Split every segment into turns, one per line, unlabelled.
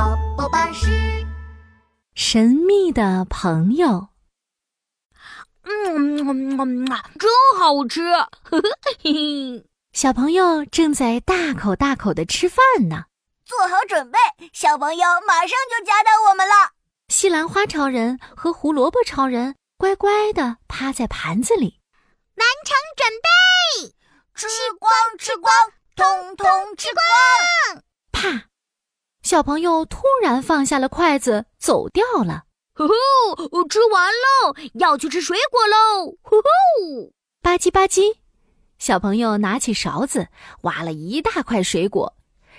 老师，
神秘的朋友，
嗯，嗯嗯啊真好吃，嘿嘿。
小朋友正在大口大口的吃饭呢。
做好准备，小朋友马上就夹到我们了。
西兰花超人和胡萝卜超人乖乖的趴在盘子里。
完成准备，
吃光，吃光，通通吃光。
啪！小朋友突然放下了筷子，走掉了。
呼呼，吃完喽，要去吃水果喽，呼呼。
吧唧吧唧，小朋友拿起勺子挖了一大块水果，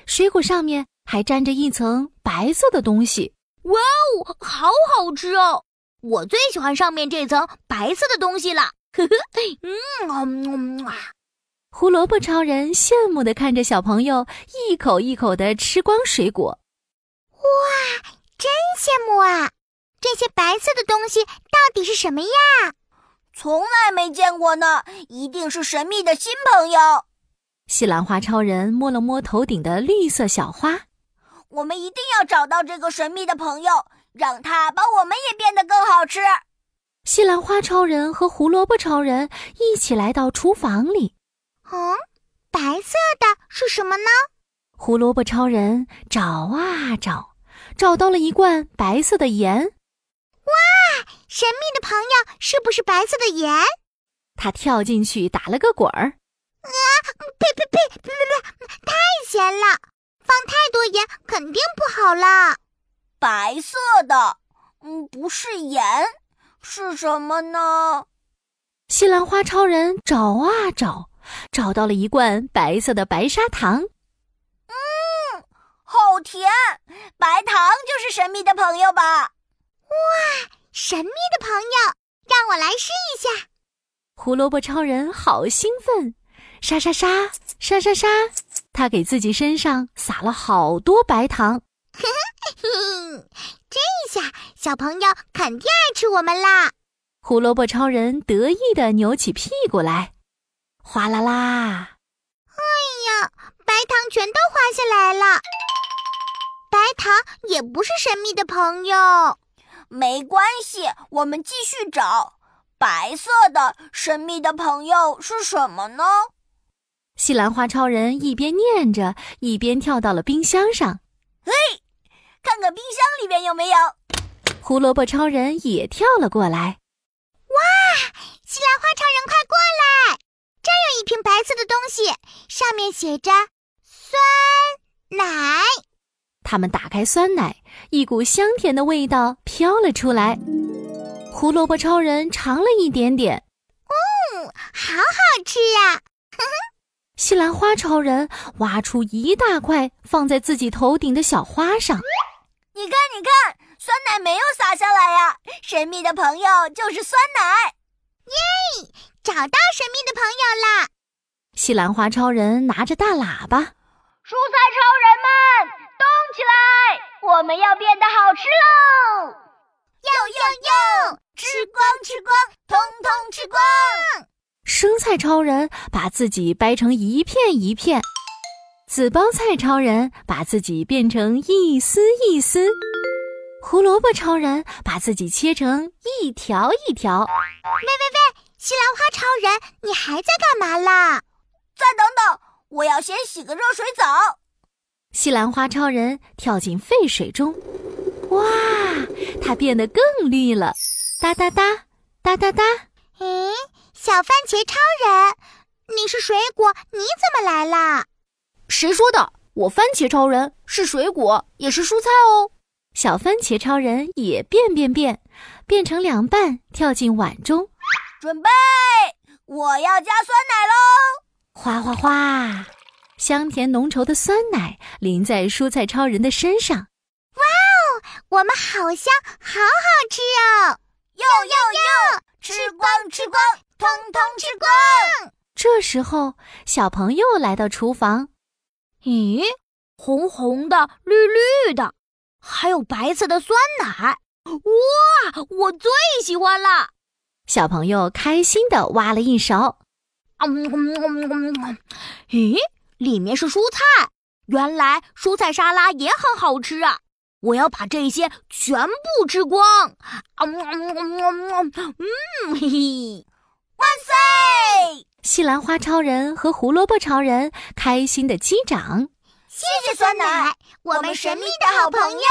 水果上面还沾着一层白色的东西。
哇哦，好好吃哦！我最喜欢上面这层白色的东西了，呵呵，嗯啊嗯啊，
胡萝卜超人羡慕的看着小朋友一口一口的吃光水果。
羡慕啊！这些白色的东西到底是什么呀？
从来没见过呢，一定是神秘的新朋友。
西兰花超人摸了摸头顶的绿色小花，
我们一定要找到这个神秘的朋友，让他把我们也变得更好吃。
西兰花超人和胡萝卜超人一起来到厨房里。
嗯，白色的是什么呢？
胡萝卜超人找啊找，找到了一罐白色的盐，
神秘的朋友是不是白色的盐？
他跳进去打了个滚儿。
呸呸呸！呸呸呸！太咸了，放太多盐肯定不好啦。
白色的，嗯，不是盐，是什么呢？
西兰花超人找啊找，找到了一罐白色的白砂糖。
好甜，白糖就是神秘的朋友吧？
神秘的朋友，让我来试一下。
胡萝卜超人好兴奋，沙沙沙沙沙沙，他给自己身上撒了好多白糖。
嗯，这下小朋友肯定爱吃我们啦！
胡萝卜超人得意地扭起屁股来，哗啦啦！
白糖全都滑下来了，白糖也不是神秘的朋友。
没关系，我们继续找。白色的神秘的朋友是什么呢？
西兰花超人一边念着，一边跳到了冰箱上。
看看冰箱里面有没有。
胡萝卜超人也跳了过来。
西兰花超人，快过来！这儿有一瓶白色的东西，上面写着酸奶。
他们打开酸奶，一股香甜的味道飘了出来。胡萝卜超人尝了一点点，
好好吃呀、
西兰花超人挖出一大块放在自己头顶的小花上。
你看，你看，酸奶没有洒下来呀、神秘的朋友就是酸奶。
找到神秘的朋友啦！
西兰花超人拿着大喇叭，
蔬菜超人们，动起来！我们要变得好吃喽！哟哟哟！吃光吃光，通通吃光！
生菜超人把自己掰成一片一片，紫包菜超人把自己变成一丝一丝，胡萝卜超人把自己切成一条一条。
西兰花超人，你还在干嘛啦？
再等等，我要先洗个热水澡。
西兰花超人跳进沸水中，哇，它变得更绿了，哒哒哒，哒哒哒。
诶，小番茄超人，你是水果，你怎么来啦？
谁说的？我番茄超人是水果，也是蔬菜哦。
小番茄超人也变变变，变成两半，跳进碗中，
准备，我要加酸奶喽！
哗哗哗，香甜浓稠的酸奶淋在蔬菜超人的身上。
我们好香，好好吃哦！
哟哟哟！吃光吃光，通通吃光！
这时候，小朋友来到厨房，
咦，红红的，绿绿的，还有白色的酸奶，哇，我最喜欢啦！
小朋友开心地挖了一勺。
嗯嗯嗯嗯嗯，咦，里面是蔬菜，原来蔬菜沙拉也很好吃啊！
我要把这些全部吃光！啊嗯嗯嗯嗯嗯，嘿嘿。
西兰花超人和胡萝卜超人开心的击掌。
谢谢酸奶，我们神秘的好朋友。